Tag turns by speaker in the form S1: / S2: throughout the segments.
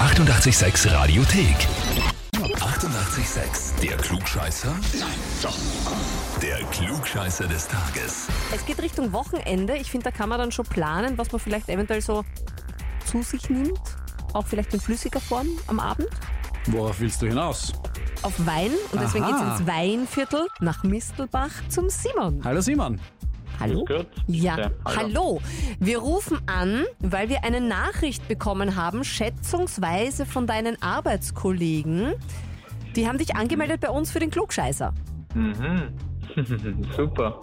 S1: 886 Radiothek. 88,6. Der Klugscheißer? Nein, doch. Der Klugscheißer des Tages.
S2: Es geht Richtung Wochenende. Ich finde, da kann man dann schon planen, was man vielleicht eventuell so zu sich nimmt. Auch vielleicht in flüssiger Form am Abend.
S3: Worauf willst du hinaus?
S2: Auf Wein. Und deswegen geht
S3: Aha.
S2: es ins Weinviertel nach Mistelbach zum Simon.
S3: Hallo Simon.
S2: Hallo?
S4: Gut.
S2: Ja,
S4: hallo.
S2: hallo. Wir rufen an, weil wir eine Nachricht bekommen haben, schätzungsweise von deinen Arbeitskollegen. Die haben dich angemeldet bei uns für den Klugscheißer.
S4: Mhm. Super.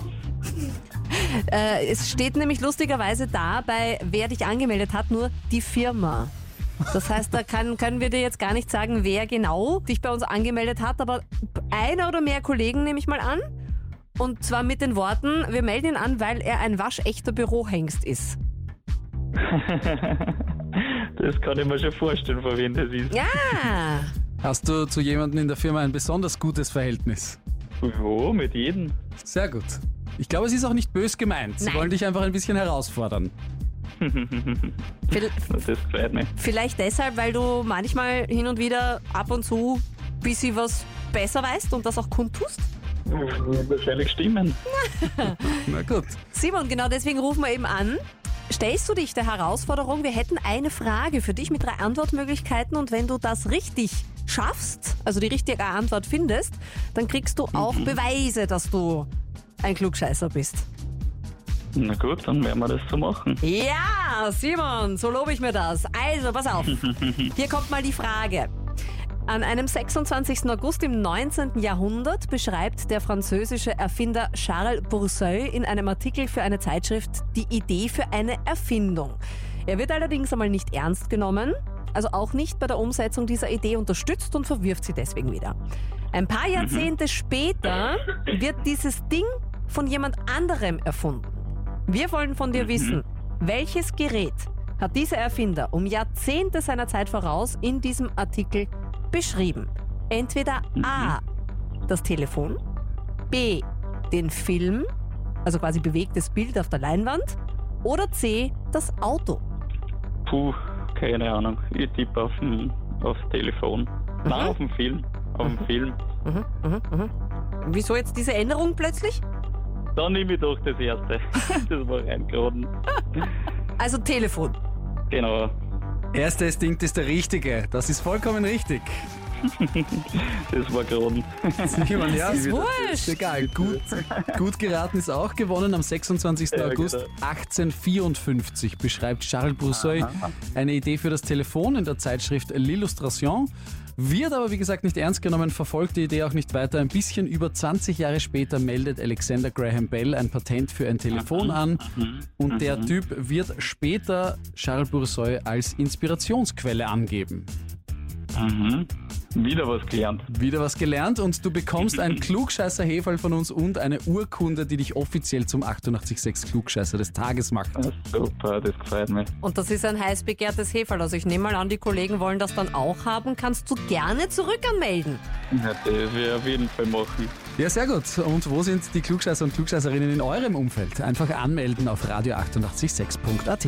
S2: Äh, es steht nämlich lustigerweise da bei, wer dich angemeldet hat, nur die Firma. Das heißt, da kann, können wir dir jetzt gar nicht sagen, wer genau dich bei uns angemeldet hat, aber einer oder mehr Kollegen nehme ich mal an. Und zwar mit den Worten, wir melden ihn an, weil er ein waschechter Bürohengst ist.
S4: Das kann ich mir schon vorstellen, von wem das ist.
S2: Ja,
S3: Hast du zu jemandem in der Firma ein besonders gutes Verhältnis?
S4: Wo? Mit jedem?
S3: Sehr gut. Ich glaube, es ist auch nicht bös gemeint. Sie
S2: Nein.
S3: wollen dich einfach ein bisschen herausfordern.
S2: vil-
S4: Das gefällt mir.
S2: vielleicht deshalb, weil du manchmal hin und wieder ab und zu ein bisschen was besser weißt und das auch kundtust.
S4: Wahrscheinlich stimmen.
S3: Na gut.
S2: Simon, genau deswegen rufen wir eben an. Stellst du dich der Herausforderung, wir hätten eine Frage für dich mit drei Antwortmöglichkeiten und wenn du das richtig schaffst, also die richtige Antwort findest, dann kriegst du auch Beweise, dass du ein Klugscheißer bist.
S4: Na gut, dann werden wir das so machen.
S2: Ja, Simon, so lobe ich mir das. Also, pass auf. Hier kommt mal die Frage. An einem 26. August im 19. Jahrhundert beschreibt der französische Erfinder Charles Bourseul in einem Artikel für eine Zeitschrift die Idee für eine Erfindung. Er wird allerdings einmal nicht ernst genommen, also auch nicht bei der Umsetzung dieser Idee unterstützt und verwirft sie deswegen wieder. Ein paar Jahrzehnte später wird dieses Ding von jemand anderem erfunden. Wir wollen von dir wissen, welches Gerät hat dieser Erfinder um Jahrzehnte seiner Zeit voraus in diesem Artikel beschrieben? Entweder A, das Telefon, B, den Film, also quasi bewegtes Bild auf der Leinwand, oder C, das Auto.
S4: Puh, keine Ahnung. Ich tippe auf dem, aufs Telefon. Nein, auf dem Film. Auf dem Film.
S2: Mhm, mhm, mhm. Wieso jetzt diese Änderung plötzlich?
S4: Dann nehme ich doch das erste. Das war reingeraden.
S2: Also Telefon.
S4: Genau.
S3: Erster Instinkt ist der richtige. Das ist vollkommen richtig.
S4: Das war geraden.
S3: Simon, ja,
S2: ist
S3: wieder-
S2: wurscht.
S3: Ist egal. Gut, gut geraten ist auch gewonnen. Am 26.
S4: Ja,
S3: August
S4: genau.
S3: 1854 beschreibt Charles Brousseau eine Idee für das Telefon in der Zeitschrift L'Illustration. Wird aber, wie gesagt, nicht ernst genommen, verfolgt die Idee auch nicht weiter. Ein bisschen über 20 Jahre später meldet Alexander Graham Bell ein Patent für ein Telefon an.
S4: Mhm.
S3: Und der Typ wird später Charles Bourseul als Inspirationsquelle angeben.
S4: Mhm. Wieder was gelernt.
S3: Wieder was gelernt und du bekommst ein klugscheißer Hefall von uns und eine Urkunde, die dich offiziell zum 886 Klugscheißer des Tages macht.
S4: Super, das gefällt mir.
S2: Und das ist ein heiß begehrtes Heferl. Also ich nehme mal an, die Kollegen wollen das dann auch haben. Kannst du gerne zurück anmelden.
S4: Ja, das werde ich auf jeden Fall machen.
S3: Ja, sehr gut. Und wo sind die Klugscheißer und Klugscheißerinnen in eurem Umfeld? Einfach anmelden auf radio886.at.